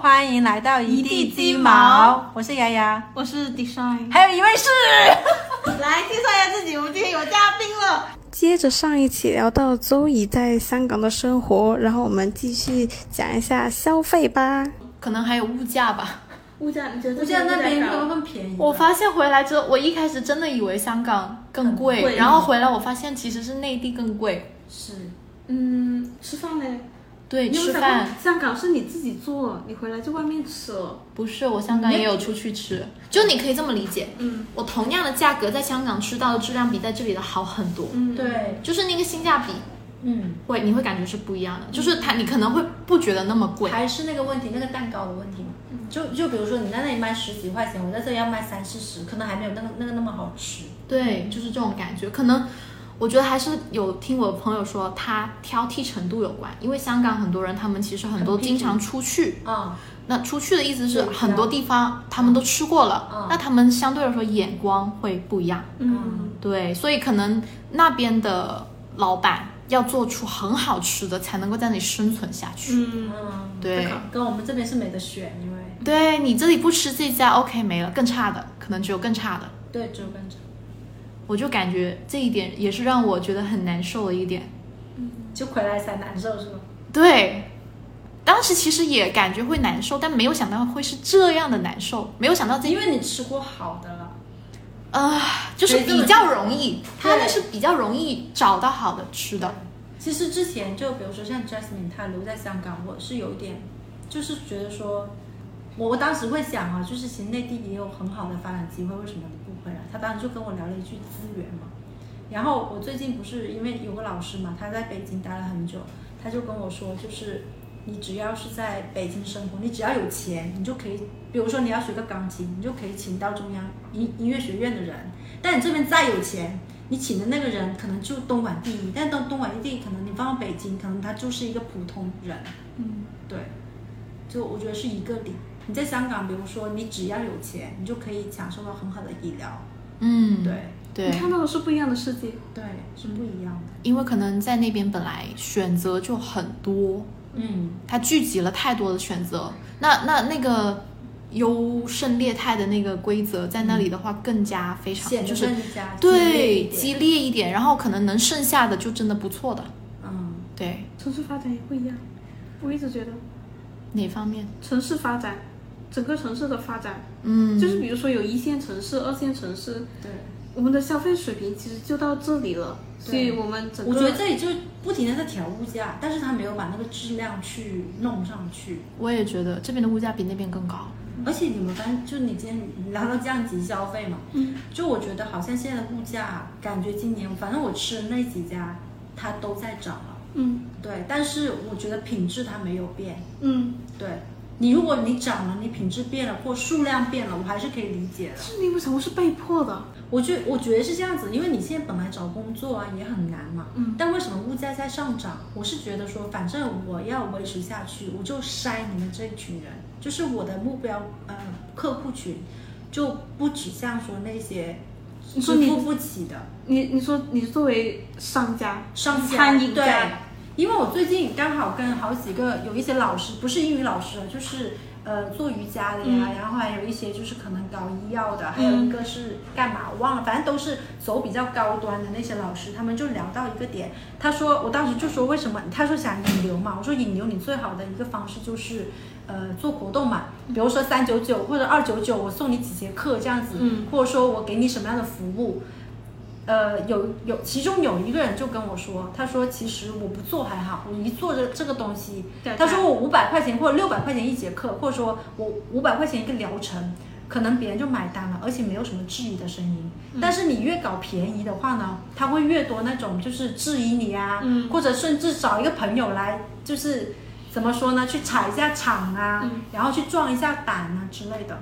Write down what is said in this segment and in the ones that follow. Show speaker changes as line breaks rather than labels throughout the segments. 欢迎来到一
地
地
鸡
鸡
毛
毛，我是丫丫，
我是 design。
还有一位是。
来介绍一下自己，我们今天有嘉宾了。
接着上一期聊到周怡在香港的生活，然后我们继续讲一下消费吧。
可能还有物价吧。
物价，你觉得
福建那边会不会便宜？
我发现回来之后，我一开始真的以为香港更贵，
很贵
然后回来我发现其实是内地更贵。
是
嗯，吃饭嘞？
对，
你有没
吃
有想过
饭
香港是你自己做，你回来就外面吃了。
不是我香港也有出去吃，嗯就你可以这么理解，
嗯
我同样的价格在香港吃到的质量比在这里的好很多，
嗯，
对，
就是那个性价比
嗯，
会你会感觉是不一样的，就是它你可能会不觉得那么贵。
还是那个问题，那个蛋糕的问题嘛。
嗯
就就比如说你在那里卖十几块钱，我在这里要卖三四十，可能还没有那个那个那么好吃。
对，就是这种感觉。可能我觉得还是有听我朋友说，他挑剔程度有关，因为香港很多人他们其实很多
很
经常出去，
啊、
那出去的意思是
对
很多地方他们都吃过
嗯
了，那他们相对来说眼光会不一样。
嗯，
对，所以可能那边的老板要做出很好吃的，才能够在那里生存下去。
嗯，
嗯，
对，
跟我们这边是没得选，因为
对你这里不吃这家，OK 没了，更差的可能只有更差的。
对只有跟着，
我就感觉这一点也是让我觉得很难受的一点。
就回来才难受是吧？
对，当时其实也感觉会难受，但没有想到会是这样的难受，没有想到这
因为你吃过好的了，
啊、就是
对这么
比较容易，他
对
们是比较容易找到好的吃的。
其实之前就比如说像 Jasmine 她留在香港，我是有一点，就是觉得说，我我当时会想啊，就是其实内地也有很好的发展机会，为什么你不回来？她当时就跟我聊了一句资源嘛。然后我最近不是因为有个老师嘛，他在北京待了很久，他就跟我说，就是你只要是在北京生活，你只要有钱，你就可以，比如说你要学个钢琴，你就可以请到中央音音乐学院的人。但你这边再有钱，你请的那个人可能就东莞第一，但东东莞第一可能你放到北京，可能他就是一个普通人。
嗯，
对，就我觉得是一个理。你在香港，比如说你只要有钱，你就可以享受到很好的医疗。
嗯，
对
你
对，
看到的是不一样的世界。
对，是不一样的。
因为可能在那边本来选择就很多，
嗯，
它聚集了太多的选择。那那那个优胜劣汰的那个规则在那里的话，更加非常
嗯显得
就是
更加
对激
激烈一点
烈一点，然后可能能剩下的就真的不错的。
嗯，
对，
城市发展也不一样。我一直觉得
哪方面？
城市发展，整个城市的发展，
嗯，
就是比如说有一线城市、二线城市，
对。
我们的消费水平其实就到这里了，所以
对
我们整个
我觉得这里就不停的在调物价，但是他没有把那个质量去弄上去。
我也觉得这边的物价比那边更高。
而且你们发现，就你今天聊到降级消费嘛，
嗯，
就我觉得好像现在的物价，感觉今年反正我吃的那几家，它都在涨了。
嗯
对，但是我觉得品质它没有变。
嗯，
对，你如果你涨了，你品质变了或数量变了，我还是可以理解的。
是你为什么是被迫的？
我觉我觉得是这样子，因为你现在本来找工作啊也很难嘛，
嗯
但为什么物价在上涨？我是觉得说，反正我要维持下去，我就筛你们这一群人，就是我的目标，呃，客户群，就不指向说那些
你说
支
你
付不起的
你你说你作为商家，
商家
餐饮
对啊
家，
因为我最近刚好跟好几个有一些老师，不是英语老师，就是呃做瑜伽的呀，
嗯
然后还有一些就是可能搞医药的，还有
嗯
一个是干嘛我忘了，反正都是走比较高端的那些老师，他们就聊到一个点，他说我当时就说为什么，他说想引流嘛，我说引流你最好的一个方式就是呃做活动嘛，比如说三九九或者二九九，我送你几节课这样子，
嗯
或者说我给你什么样的服务，呃，有有，其中有一个人就跟我说，他说其实我不做还好，我一做这这个东西，
对
他说我五百块钱或者六百块钱一节课，或者说我五百块钱一个疗程，可能别人就买单了，而且没有什么质疑的声音。但是你越搞便宜的话呢，他会越多那种就是质疑你啊，
嗯
或者甚至找一个朋友来就是怎么说呢，去踩一下场啊，
嗯
然后去壮一下胆啊之类的。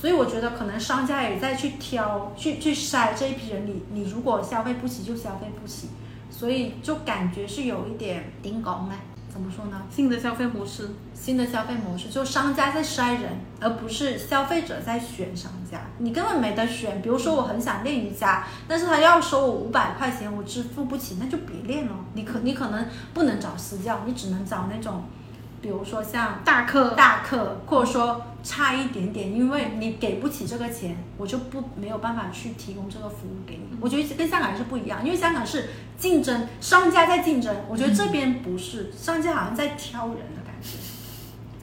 所以我觉得可能商家也在去挑、去去筛这一批人，你你如果消费不起就消费不起，所以就感觉是有一点顶拱嘞，怎么说呢？
新的消费模式，
新的消费模式，就商家在筛人，而不是消费者在选商家。你根本没得选。比如说，我很想练瑜伽，但是他要收我五百块钱，我支付不起，那就别练了。你可你可能不能找私教，你只能找那种比如说像
大课
大课，或者说差一点点，因为你给不起这个钱，我就不没有办法去提供这个服务给你。我觉得跟香港是不一样，因为香港是竞争，商家在竞争，我觉得这边不是，商家好像在挑人的感觉。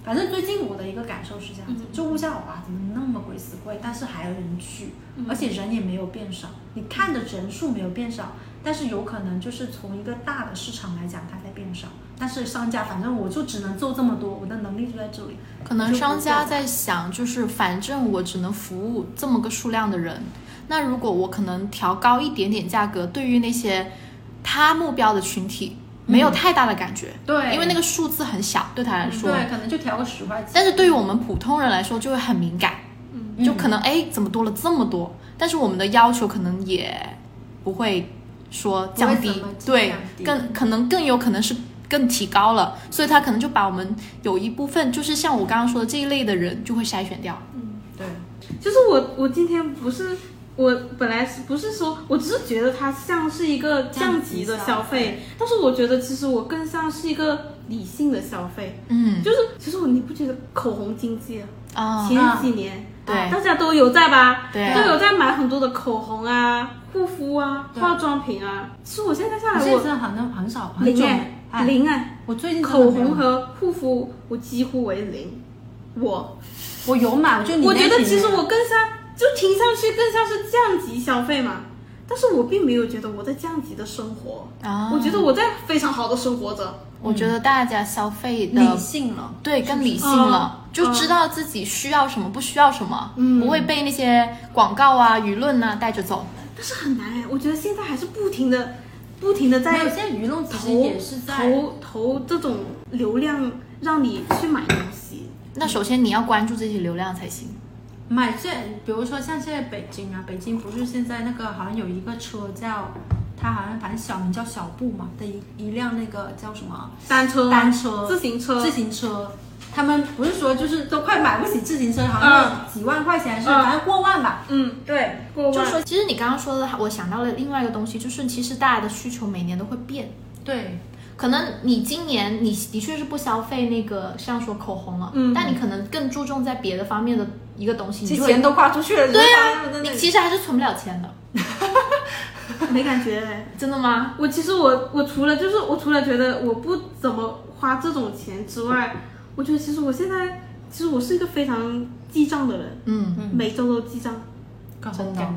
反正最近我的一个感受是这
嗯
样子，就物价哇，怎么那么鬼死贵，但是还有人去，
嗯
而且人也没有变少，你看的人数没有变少，但是有可能就是从一个大的市场来讲，它在变少。但是商家，反正我就只能做这么多，我的能力就在这里。
可能商家在想，就是反正我只能服务这么个数量的人，那如果我可能调高一点点价格，对于那些他目标的群体没有太大的感觉，
嗯对
因为那个数字很小对他来说，
对，可能就调个十块钱。
但是对于我们普通人来说就会很敏感，
嗯
就可能哎怎么多了这么多，但是我们的要求可能也不会说降低
不会怎么，
对
降，低
更可能更有可能是更提高了，所以他可能就把我们有一部分就是像我刚刚说的这一类的人就会筛选掉，
对，
就是我我今天不是我本来是不是说，我只是觉得它像是一个降级的消费，但是我觉得其实我更像是一个理性的消费，
嗯
就是其实我你不觉得口红经济啊
哦
啊，
前几年
对
大家都有在吧？
对
都有在买很多的口红啊、护肤啊、
对
化妆品啊。其实我现在下
我
来
现在
我
真的好像很少很
零
久
哎、
哎
零哎、
我最近真的
口
没有
红和护肤我几乎为零，我。
我有买，我就你
我
那
觉得
瓶
其实我更像，就听上去更像是降级消费嘛，但是我并没有觉得我在降级的生活，
啊
我觉得我在非常好的生活着。
我觉得大家消费
理
的
性了。
对更理性
嗯
了。就
嗯
知道自己需要什么，不需要什么，
嗯
不会被那些广告啊、舆论啊带着走。
但是很难哎，我觉得现在还是不停的、不停的
没有，
在
现在舆论其实
投
也是在
投投这种流量，让你去买东西。
那首先你要关注这些流量才行。
买这，比如说像现在北京啊，北京不是现在那个好像有一个车叫，它好像反正小名叫小布嘛的一一辆那个叫什么啊
单车、
单车、
自行车
自行车。他们不是说就是都快买不起自行车，好像几万块钱还是、
嗯
反正过万吧。
嗯，
对，
过
就
万。
说，其实你刚刚说的，我想到了另外一个东西，就是其实大家的需求每年都会变。
对，
可能你今年你的确是不消费那个，像说口红了，
嗯
但你可能更注重在别的方面的一个东西，你
其
就
实
会
钱都花出去了，
对
啊
你其实还是存不了钱的，
没感觉哎。
真的吗？
我其实我我除了就是我除了觉得我不怎么花这种钱之外，我觉得其实我现在其实我是一个非常记账的人，
嗯，
嗯
每周都记账啊、
真的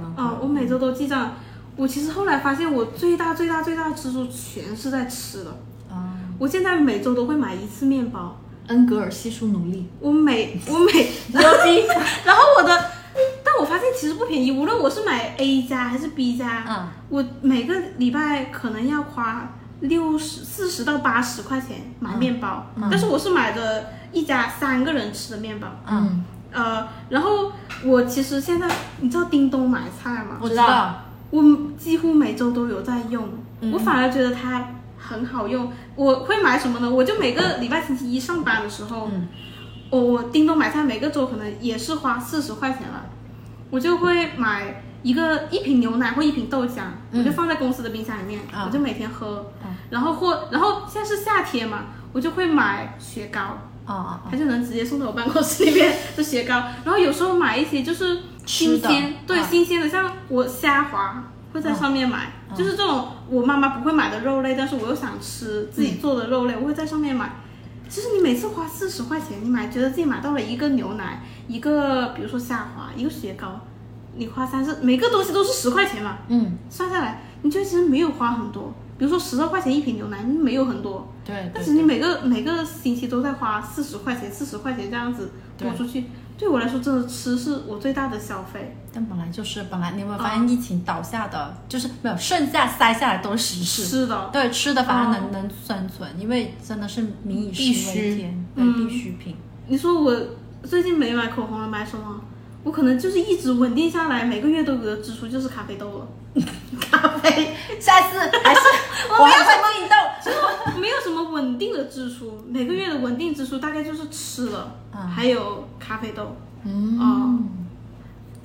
我每周都记账。我其实后来发现，我最大最大最大的支出全是在吃的。
啊，
我现在每周都会买一次面包，
恩格尔系数努力，
我每我每
牛逼，
然后我的，但我发现其实不便宜，无论我是买 A 加还是 B 加，
嗯，
我每个礼拜可能要花六十四十到八十块钱买面包，但是我是买的一家三个人吃的面包。
嗯，
呃，然后我其实现在你知道叮咚买菜吗？
我
知
知
道
道，
我几乎每周都有在用，
嗯
我反而觉得它很好用。我会买什么呢？我就每个礼拜星期一上班的时候，
嗯
我我叮咚买菜每个周可能也是花四十块钱了，我就会买一个一瓶牛奶或一瓶豆浆，我就放在公司的冰箱里面，
嗯啊
我就每天喝。
啊
然后或然后现在是夏天嘛，我就会买雪糕，
哦
啊啊啊
它就能直接送到我办公室里面的雪糕。然后有时候买一些就是新
吃的
鲜，对、
啊
新鲜的，像我虾滑会在上面买，
嗯
就是这种我妈妈不会买的肉类，但是我又想吃自己做的肉类，我会在上面买。其实你每次花四十块钱，你买觉得自己买到了一个牛奶，一个比如说虾滑，一个雪糕，你花三十，每个东西都是十块钱嘛，
嗯，
算下来你觉得其实没有花很多。比如说十多块钱一瓶牛奶，没有很多，
对，
但是你每个每个星期都在花四十块钱、四十块钱这样子多出去，对我来说，真的吃是我最大的消费。
但本来就是本来，你有没有发现疫情倒下的，就是没有剩下塞下来都是实事。
吃的，
对，吃的反而能、
哦
能生存，因为真的是民以
必
食
须
为天，对，
嗯
必需品。
你说我最近没买口红了，买什么？我可能就是一直稳定下来，每个月都有的支出就是咖啡豆 了，咖啡
下次还是 我还会运动。
没有什么稳定的支出，每个月的稳定支出大概就是吃了，
嗯
还有咖啡豆，
嗯，
嗯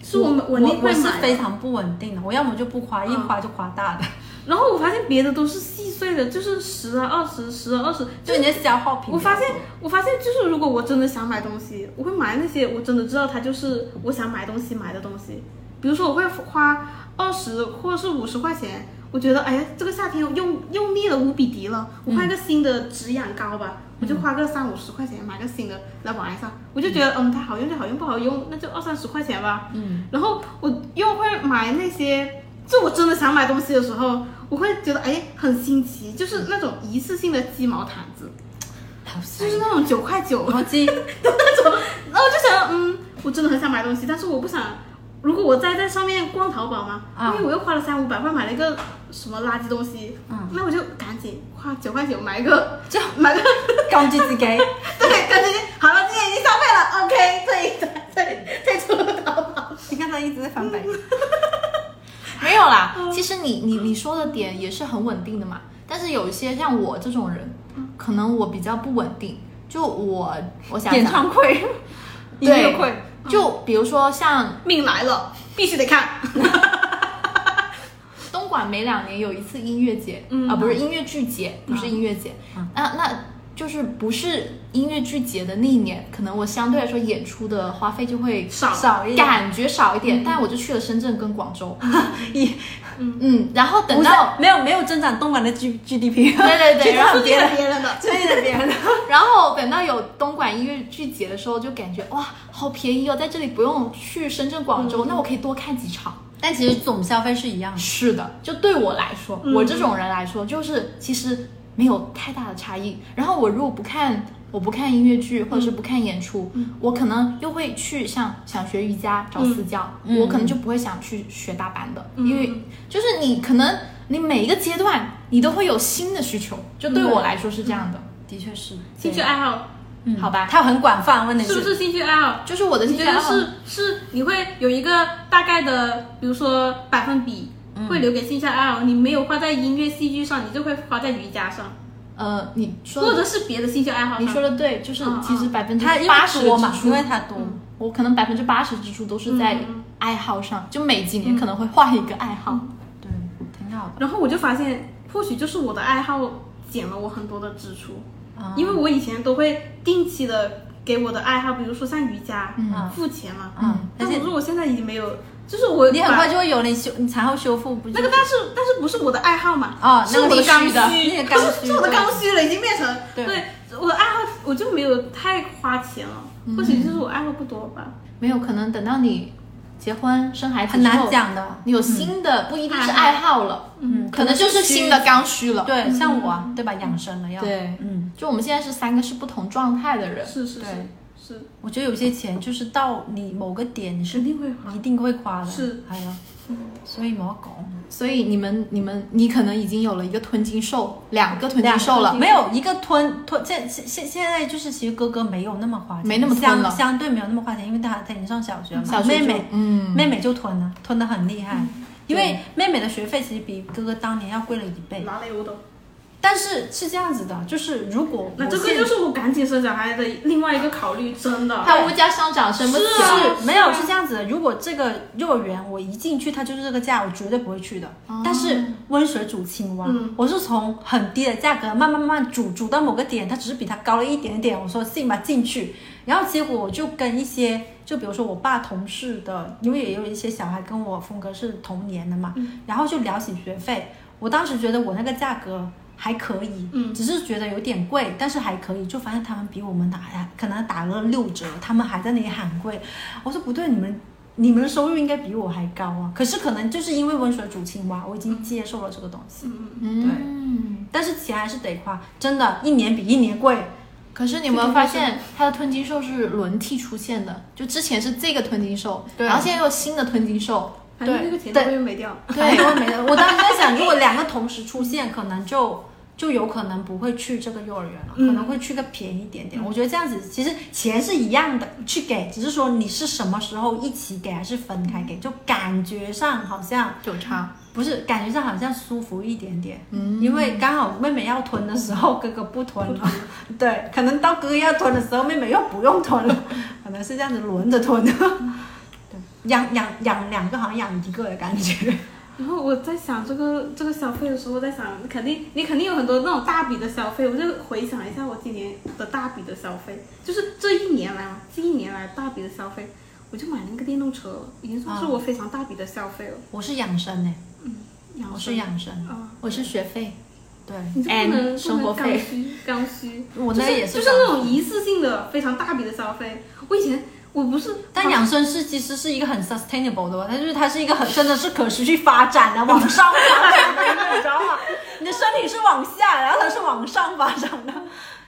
是我们
我
稳定
我
会
是
买
非
的。
常不稳定的，我要么就不花，一
嗯
花就花大的。
然后我发现别的都是细碎的，就是十啊、二十、十啊、二十，
就你的消耗品。
我发现，我发现就是，如果我真的想买东西，我会买那些我真的知道它就是我想买东西买的东西。比如说，我会花二十或者是五十块钱，我觉得哎呀，这个夏天用用腻了无比迪了，我
嗯
换一个新的止痒膏吧，我就花个三五十块钱买个新的来玩一下，我就觉得嗯它好用就好用，不好用那就二三十块钱吧。
嗯，
然后我又会买那些，就我真的想买东西的时候，我会觉得哎很新奇，
嗯
就是那种一次性的鸡毛掸子。
好香
就是那种九块九，
毛巾，
然后我就想，嗯，我真的很想买东西，但是我不想，如果我再在上面逛淘宝嘛，
啊
因为我又花了三五百块买了一个什么垃圾东西，
嗯
那我就赶紧花九块九买一个，
就
买个，
攻击自己。
对，赶紧好了，今天已经消费了，OK，退退退出淘宝。
你看他一直在翻白眼。
没有啦，
嗯
其实你你你说的点也是很稳定的嘛。但是有一些像我这种人，
嗯
可能我比较不稳定。就我我想
演
想，
唱会，音乐
对
会，嗯
就比如说像
命来了，必须得看。
东莞每两年有一次音乐节，
嗯
啊，不是音乐剧节，不是音乐节，
嗯
那那就是不是音乐剧节的那一年，可能我相对来说演出的花费就会
少
少一点嗯
感觉少一点，但我就去了深圳跟广州，
一
嗯，然后等
不是
到
没有没有增长东莞的 G G D P，
对对 对，然后
别人别人的，
所以那边的
然后等到有东莞音乐剧节的时候，就感觉哇，好便宜哦，在这里不用去深圳、广
嗯
州，那我可以多看几场。
但其实总消费是一样的。
是的，就对我来说，
嗯
我这种人来说，就是其实没有太大的差异。然后我如果不看，我不看音乐剧，或者是不看演出，
嗯
我可能又会去像想学瑜伽找私教，
嗯
我可能就不会想去学大班的，
嗯
因为就是你可能你每一个阶段你都会有新的需求，就
嗯
对我来说是这样的，
的确是，
兴趣爱好
嗯
好吧？
它很广泛，问题
是不是兴趣爱好？
就是我的啊
你
兴
觉
趣爱
得
好
是是你会有一个大概的，比如说百分比，会留给兴趣爱好。你没有花在音乐、戏剧上，你就会花在瑜伽上，
呃，你说
或
的
者是别的兴趣爱好上。
你说的对，就是
嗯嗯
其实百分之
它因
八
为
十
多嘛，
支
因
出嗯
为它多。
我可能百分之八十支出都是在
嗯嗯
爱好上，就每几年可能会换一个爱好。
对，挺好的。
然后我就发现，或许就是我的爱好减了我很多的支出，
啊
因为我以前都会定期的给我的爱好，比如说像瑜伽，
嗯
付钱嘛。
嗯
但
而且
我说我现在已经没有，就是我
你很
把
快就会有你修，你产后修复不就
那个，但是但是不是我的爱好嘛？
哦
是
那个
我的
必
刚
须的
需，
那个 刚
是
需
是我的
对
刚需了，已经变成
对
我的爱好，我就没有太花钱了，
嗯
或许就是我爱好不多吧。
没有，可能等到你结婚生孩子
很
之
难
后，
讲的。
你有新
嗯
的、不一定是爱好了，
嗯，
可能就是新的刚需了。
对，像我啊对吧？养生了要。，
嗯对，
嗯，
就我们现在是三个是不同状态的人。
是是是
对
是，
我觉得有些钱就是到你某个点，你是
肯定会花
一。定会花的。
是，
系啊，所以冇得講。
所以你们、你们、你可能已经有了一个吞金兽，两个吞金兽了，
没有一个吞吞，现现现现在就是其实哥哥没有那么花钱，
没那么吞
相
了
相对没有那么花钱，因为他他已经上小学了嘛，
小学
妹
就
妹、
嗯，
妹妹就吞了，吞的很厉害。因为妹妹的学费其实比哥哥当年要贵了一倍，
哪里我懂。
但是是这样子的，就是如果
那
我
这个
现
就是我赶紧生小孩的另外一个考虑，真的。
它物价上涨什么
是啊
是
是没有是这样子的，如果这个幼儿园我一进去它就是这个价，我绝对不会去的。但是温水煮青蛙，
嗯
我是从很低的价格慢慢慢慢煮煮到某个点，它只是比它高了一点点，我说信吧进去，然后结果我就跟一些。就比如说我爸同事的，因为也有一些小孩跟我风格是同年的嘛，然后就聊起学费，我当时觉得我那个价格还可以，
嗯
只是觉得有点贵，但是还可以，就发现他们比我们打可能打了六折，他们还在那里喊贵，我说不对，你们你们的收入应该比我还高啊，可是可能就是因为温水煮青蛙，我已经接受了这个东西，
嗯，
嗯。
但是钱还是得花，真的，一年比一年贵，
可是你有没有发现，它的吞金兽是轮替出现的？就之前是这个吞金兽，
对
然后现在又有新的吞金兽，
反正
对
那个钱
对
都会没 掉。
对，都没了。我当时在想，如果两个同时出现，可能就就有可能不会去这个幼儿园了，可
嗯
能会去个便宜一点点。我觉得这样子其实钱是一样的去给，只是说你是什么时候一起给还是分开给，就感觉上好像
有差。
不是感觉上好像舒服一点点。
嗯
因为刚好妹妹要吞的时候，哥哥不吞了， 对，可能到哥哥要吞的时候，妹妹又不用吞 了，可能嗯 是这样子轮着吞的。对，养养养两个好像养一个的感觉。
然后我在想这个这个消费的时候，我在想，肯定你肯定有很多那种大笔的消费，我就回想一下我今年的大笔的消费，就是这一年来嘛，啊这一年来大笔的消费，我就买了一个电动车，已经
啊
算是我非常大笔的消费了。
我是养生呢、
养
我
生
是养生，
啊，
我是学费，对，
你就不
And
能不
生
能
活
刚
费
需刚需，
我
就
那也
是就是是
这
那
样
种一次性的非常大笔的消费。我以前我不是，
但养生是其实是一个很 sustainable 的吧，它就是它是一个很真的是可持续发展啊的，往上发展的，你知道吗？你的身体是往下，然后它是往上发展的。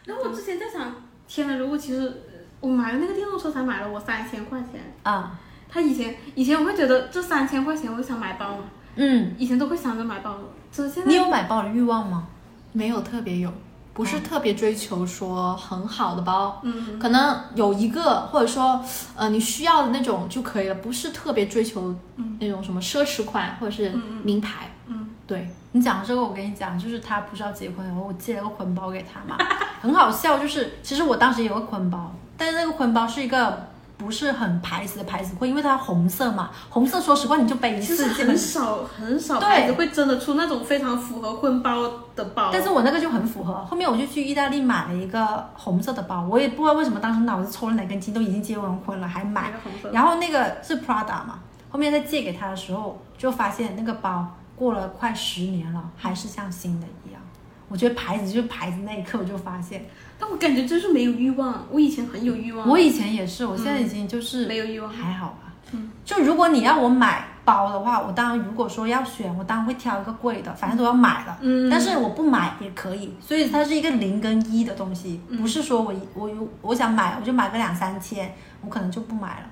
然后我之前在想，天呐，如果其实呃我买了那个电动车才买了我三千块钱。
啊，
他以前以前我会觉得这三千块钱我想买包嘛，
嗯，
以前都会想着买包，这现在
你有买包的欲望吗？
没有特别有，不是特别追求说很好的包，
嗯
可能有一个或者说呃你需要的那种就可以了，不是特别追求
嗯
那种什么奢侈款或者是
嗯嗯
名牌。
嗯
对，
你讲这个，我跟你讲，就是他不是要结婚，然后我借了个捆包给他 嘛，很好笑。就是其实我当时也有个捆包，但是那个捆包是一个不是很牌子的牌子货，因为它红色嘛，红色说实话你就背一
其实
次基本
很。少很少
对
牌子会真的出那种非常符合婚包的包，
但是我那个就很符合。后面我就去意大利买了一个红色的包，我也不知道为什么当时脑子抽了哪根筋，都已经结完婚了还买
买。个红色的，
然后那个是 Prada 嘛，后面在借给他的时候，就发现那个包过了快十年了，还是像新的一样。我觉得牌子就是牌子，那一刻我就发现，
但我感觉就是没有欲望，我以前很有欲望，
我以前也是，我现在已经就是
嗯没有欲望
还好吧。
嗯，
就如果你要我买包的话，我当然如果说要选，我当然会挑一个贵的，反正都要买了。
嗯
但是我不买也可以，所以它是一个零跟一的东西，
嗯
不是说我我我想买我就买个两三千，我可能就不买了。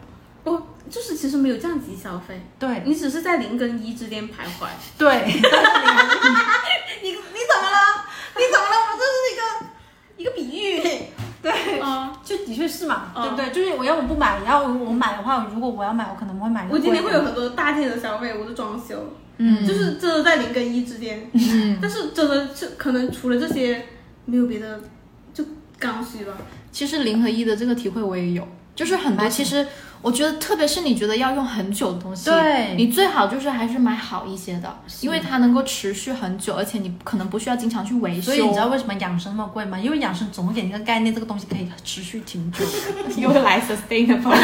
我就是其实没有降级消费，
对
你只是在零跟一之间徘徊，
对，
你你怎么了？你怎么了？我这是一个一个比喻， 对啊，
就的确是嘛，
嗯
对不对？就是我要我不买，然后我买的话，如果我要买，我可能会买一个
我今
贵
年
的
会有很多大件的消费，我的装修。
嗯
就是真的在零跟一之间。
嗯
但是真的是可能除了这些，没有别的，就刚需吧。
其实零和一的这个体会我也有，就是很多其实我觉得，特别是你觉得要用很久的东西，
对
你最好就是还是买好一些的，因为它能够持续很久，而且你可能不需要经常去维修。
所以 你知道为什么养生那么贵吗？因为养生总给你一个概念，这个东西可以持续挺久。
又来 sustainable，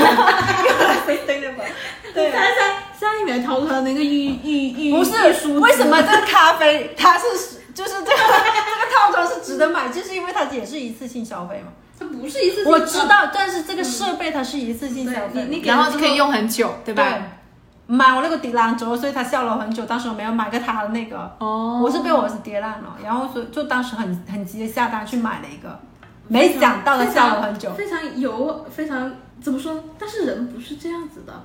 对，下下下一秒掏出来那个玉玉玉，
不
玉
是，
梳子啊
为什么这个咖啡它是就是这个这个套装是值得买，就是因为它也是一次性消费嘛。
它不是一次性嗯
我知，道，但是这个设备它是一次性消
对
费，
你你给
然
了
后
之
可以用很久，对
对
吧？
吧？买我那个迪兰卓，所以他笑了我很久。当时我没有买个他的那个，
哦
我是被我儿子跌烂了，哦然后所以就当时很很急的下单去买了一个，没想到他
非
笑
常
了很久。
非常油，非常怎么说？但是人不是这样子的，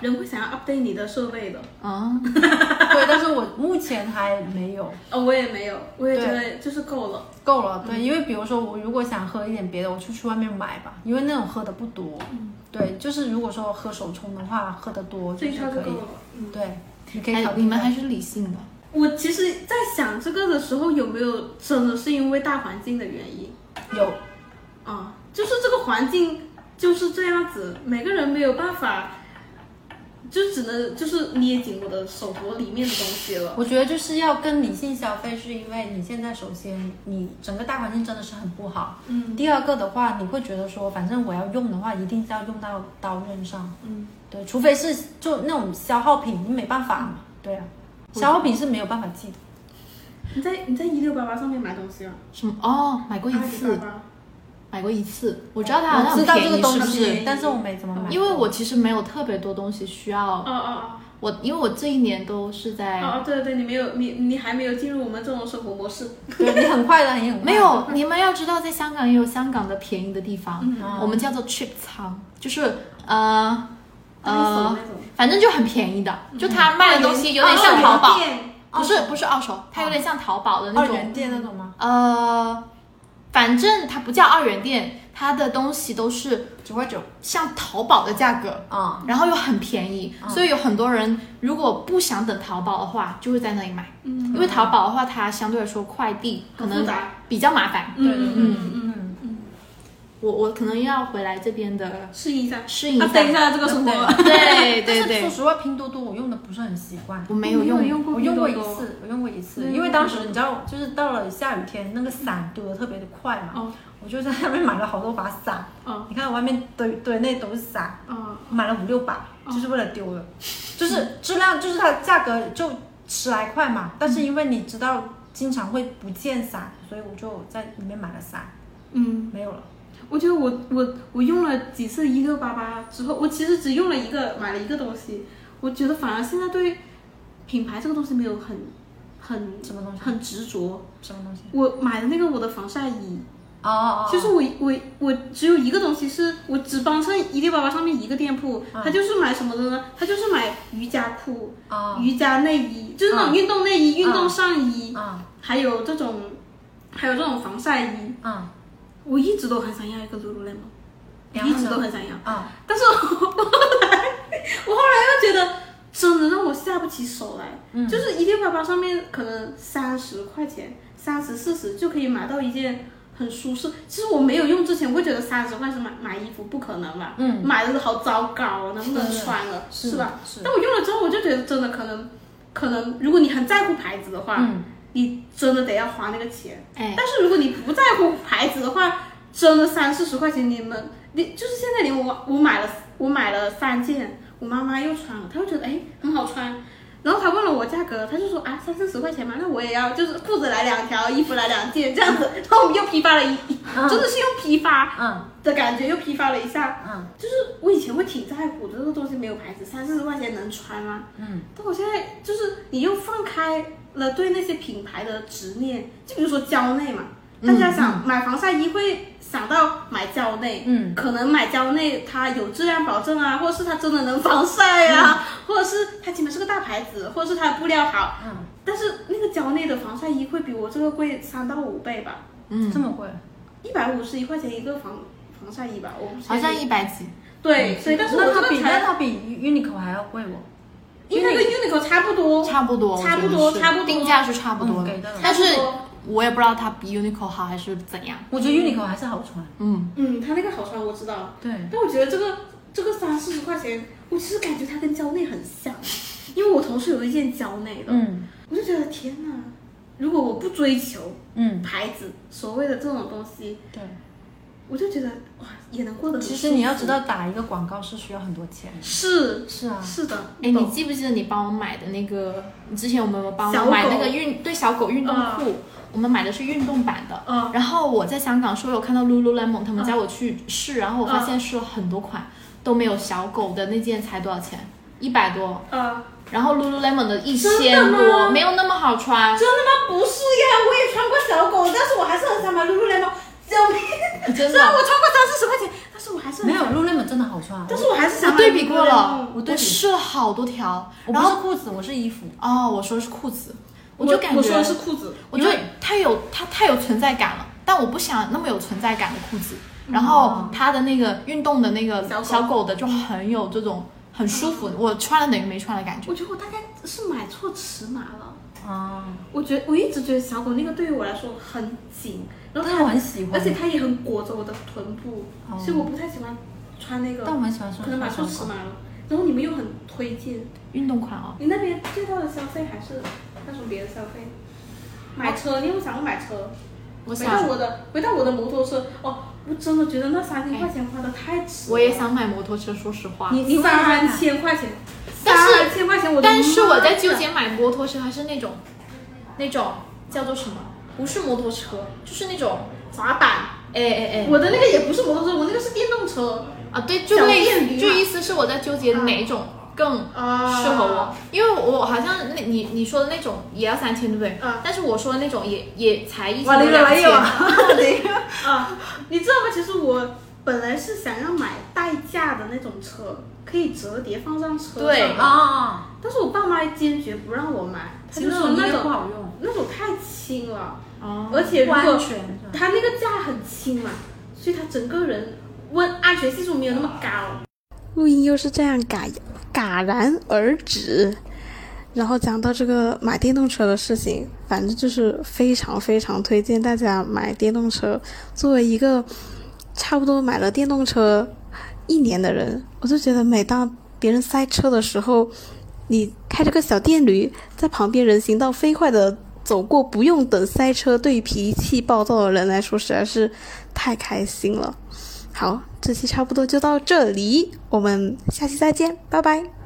人会想要 update 你的设备的。
啊，
对，但是我目前还没有
哦，我也没有，我也觉
对
得就是够了。
够了。
嗯
对，因为比如说我如果想喝一点别的，我就去外面买吧，因为那种喝的不多。
嗯
对，就是如果说喝手冲的话，喝的多
这
就
一
是
圈就
可
够
以
了。。嗯，
对，你可以考
哎
虑
你们还是理性的。
我其实，在想这个的时候，有没有真的是因为大环境的原因？
有
啊，就是这个环境就是这样子，每个人没有办法，就只能就是捏紧我的手镯里面的东西了。
我觉得就是要更理性消费，是因为你现在首先你整个大环境真的是很不好。
嗯
第二个的话，你会觉得说，反正我要用的话，一定是要用到刀刃上。
嗯，
对，除非是就那种消耗品，你没办法嘛。对啊，消耗品是没有办法寄的。
你在你在一六八八上面买东西啊？
什么？哦，买过一次，
288
买过一次。我知道它好像
我知道这
很
个东
便宜，
西，
是不是？
但是我没怎么买。
因为我其实没有特别多东西需
哦
要，
哦
我因为我这一年都是
哦
在
哦哦，对对对，你没有你你还没有进入我们这种生活模式。
对你很快的，你很快的
没有，你们要知道，在香港也有香港的便宜的地方，
嗯
我们叫做 cheap 仓，就是呃
二手
呃
那种，
反正就很便宜的，
嗯
就它卖的东西有点像淘
二
宝，
元哦店哦
不是不是二手，它有点像淘宝的那
嗯二元
种，
店那种吗？
呃，反正它不叫二元店，它的东西都是
九块九
像淘宝的价格。
嗯
啊，
然后又很便宜，所以有很多人如果不想等淘宝的话，就会在那里买。因
嗯，
为淘宝的话，它相对来说快递可
很复
能
杂
比较麻烦，
嗯嗯嗯嗯
嗯，
我我可能要回来这边的
适应一下，
适应一
啊
下，
等一下这个生活
嗯 对对
但是说
对，
实话，拼多多我用的不是很习惯。
我没有用
用过
我
拼
用
多
过一
多，
次，我用过一次，
嗯
因为当时你知道，就是到了下雨天，那个伞丢的特别的快嘛，
哦
我就在那边买了好多把伞。
哦
你看外面堆堆那都是伞，
哦，
买了五六把，就是为了丢的，就是质量，就是它价格就十来块嘛，但是因为你知道经常会不见伞，所以我就在里面买了伞，
嗯。
没有了。
我觉得我我我用了几次一六八八之后，我其实只用了一个买了一个东西，我觉得反而现在对品牌这个东西没有很很
什么东西？
很执着。
什么东西？
我买的那个我的防晒衣，
哦哦哦，
其实我我我只有一个东西是我只帮衬一六八八上面一个店铺，
嗯
它就是买什么的呢？它就是买瑜伽裤、
啊
瑜伽内衣，就是那
嗯
种运动内衣、运动
嗯
上衣，
啊
还有这种还有这种防晒衣。
啊，
我一直都很想要一个 Lululemon，
然
一
后
直都
呢？
很想要。
啊，
但是我我后来，我后来又觉得真的让我下不起手来。
嗯
就是一六八八上面可能三十块钱、三十四十就可以买到一件很舒适。其实我没有用之前，我会觉得三十块钱买买衣服不可能吧？
嗯
买的好糟糕啊，能不能
是
穿了
是
吧？？
是
但，我用了之后，我就觉得真的可能，可能如果你很在乎牌子的话，
嗯，
你真的得要花那个钱。
哎，
但是如果你不在乎牌子的话，真的三四十块钱，你们你就是现在连我我买了我买了三件，我妈妈又穿了，她就觉得哎很好穿，然后她问了我价格，她就说啊三四十块钱嘛，那我也要，就是裤子来两条，衣服来两件这样子，然后我们又批发了一，
嗯
真的是又批发
嗯
的感觉，又批发了一下。
嗯
就是我以前会挺在乎的，这个东西没有牌子，三四十块钱能穿吗？
嗯，
但我现在就是你又放开了对那些品牌的执念，就比如说蕉内嘛，大家想买防晒衣会想到买蕉内，
嗯
可能买蕉内它有质量保证啊，或者是它真的能防晒啊，或者是它起码是个大牌子，或者是它的布料好，
嗯，
但是那个蕉内的防晒衣会比我这个贵三到五倍吧，
嗯
这，么贵？啊
一百五十一块钱一个防防晒衣吧，我不确定
好像一百几，
对，所以但是我
嗯那
这
它
个
比
才
那它比 Uniqlo 还要贵哦。
应该跟 Uniqlo 差不多，
差不多，
差不
我觉得
多
是
差不多
定价是差不多
嗯
的
给到了，
但是
差不多
我也不知道它比 Uniqlo 好还是怎样，
我觉得 Uniqlo 还是好穿。
嗯，
嗯，它那个好穿我知道。
对，
但我觉得这个这个三四十块钱，我其实感觉它跟蕉内很像，因为我同事有一件蕉内的，
嗯
我就觉得天哪！如果我不追求
嗯，
牌子所谓的这种东西，
对。
我就觉得哇，也能过得很
其
舒
实
服
你要知道，打一个广告是需要很多钱。
是
是啊，
是的，
哎，你
懂
记不记得你帮我买的那个？你之前我们有没有帮
小
我买
狗
那个运对小狗运动
嗯
裤？我们买的是运动版的。
嗯
然后我在香港时候有看到 Lululemon，他们叫我去试，然后我
嗯
发现试了很多款都没有小狗的那件才多少钱，一百多。
呃，
然后 Lululemon 的一
真
千
的吗
多，没有那么好穿。
真的吗？不是呀，我也穿过小狗，但是我还是很想买 lululemon。救命！
真的
虽然我穿过三四十块钱，但是我还是很
没有
想，
Lululemon 真的好穿。啊
但是我还是想
我
买
对比过了
lululemon，
我对比
试了好多条，
我
然
不是
后
裤子，我是衣服。
哦，我说的是裤子，我就感觉
我说的是裤子，
我觉得它有它太有存在感了，但我不想那么有存在感的裤子。然后它的那个运动的那个
小狗
嗯小狗的嗯就很有这种很舒服，我穿了等于没穿的感觉
我。觉得我大概是买错尺码了。
啊，
我觉得我一直觉得小狗那个对于我来说很紧，然后
但
啊
它
是我很喜欢，
而且它也很裹着我的臀部，
哦
所以我不太喜欢穿那个，
但我很喜欢穿
可能买错尺码了。然后你们又很推荐，
运动款哦，
你那边最大的消费还是那种别的消费？买车，你有没有想过买车？
我
回
想
到我的回到我的摩托车，哦，我真的觉得那三千块钱花的太值了。
我也想买摩托车，说实话，
你你
会买
三千块钱，
但是
三千块钱我的妈
但
呀，
是我在纠结买摩托车还是那种那种叫做什么？不是摩托车，就是那种
滑板。
哎哎哎
我的那个也不是摩托车，我那个是电动车。
啊，对，就
小
类
电
似，
驴啊
就
嘛
意思是我在纠结哪种更
啊
适合我，因为我好像那你你说的那种也要三千对不对？
嗯
但是我说的那种也也才一千
哇，
多
你
两
来
千
有。 啊？
啊，你知道吗？其实我本来是想要买代驾的那种车，可以折叠放上车上。
对
啊，
但是我爸妈坚决不让我买，他
其
就
实
说那
那个不
种
好用，
那种太轻了，
哦
而且如
不安
果
全。是吧
他那个架很轻嘛，所以他整个人问安全系数没有那么高。
录音又是这样戛戛然而止。然后讲到这个买电动车的事情，反正就是非常非常推荐大家买电动车。作为一个
差不多买了电动车一年的人，我就觉得每当别人塞车的时候，你开着个小电驴在旁边人行道飞快的走过，不用等塞车，对于脾气暴躁的人来说实在是太开心了。好，这期差不多就到这里，我们下期再见，拜拜。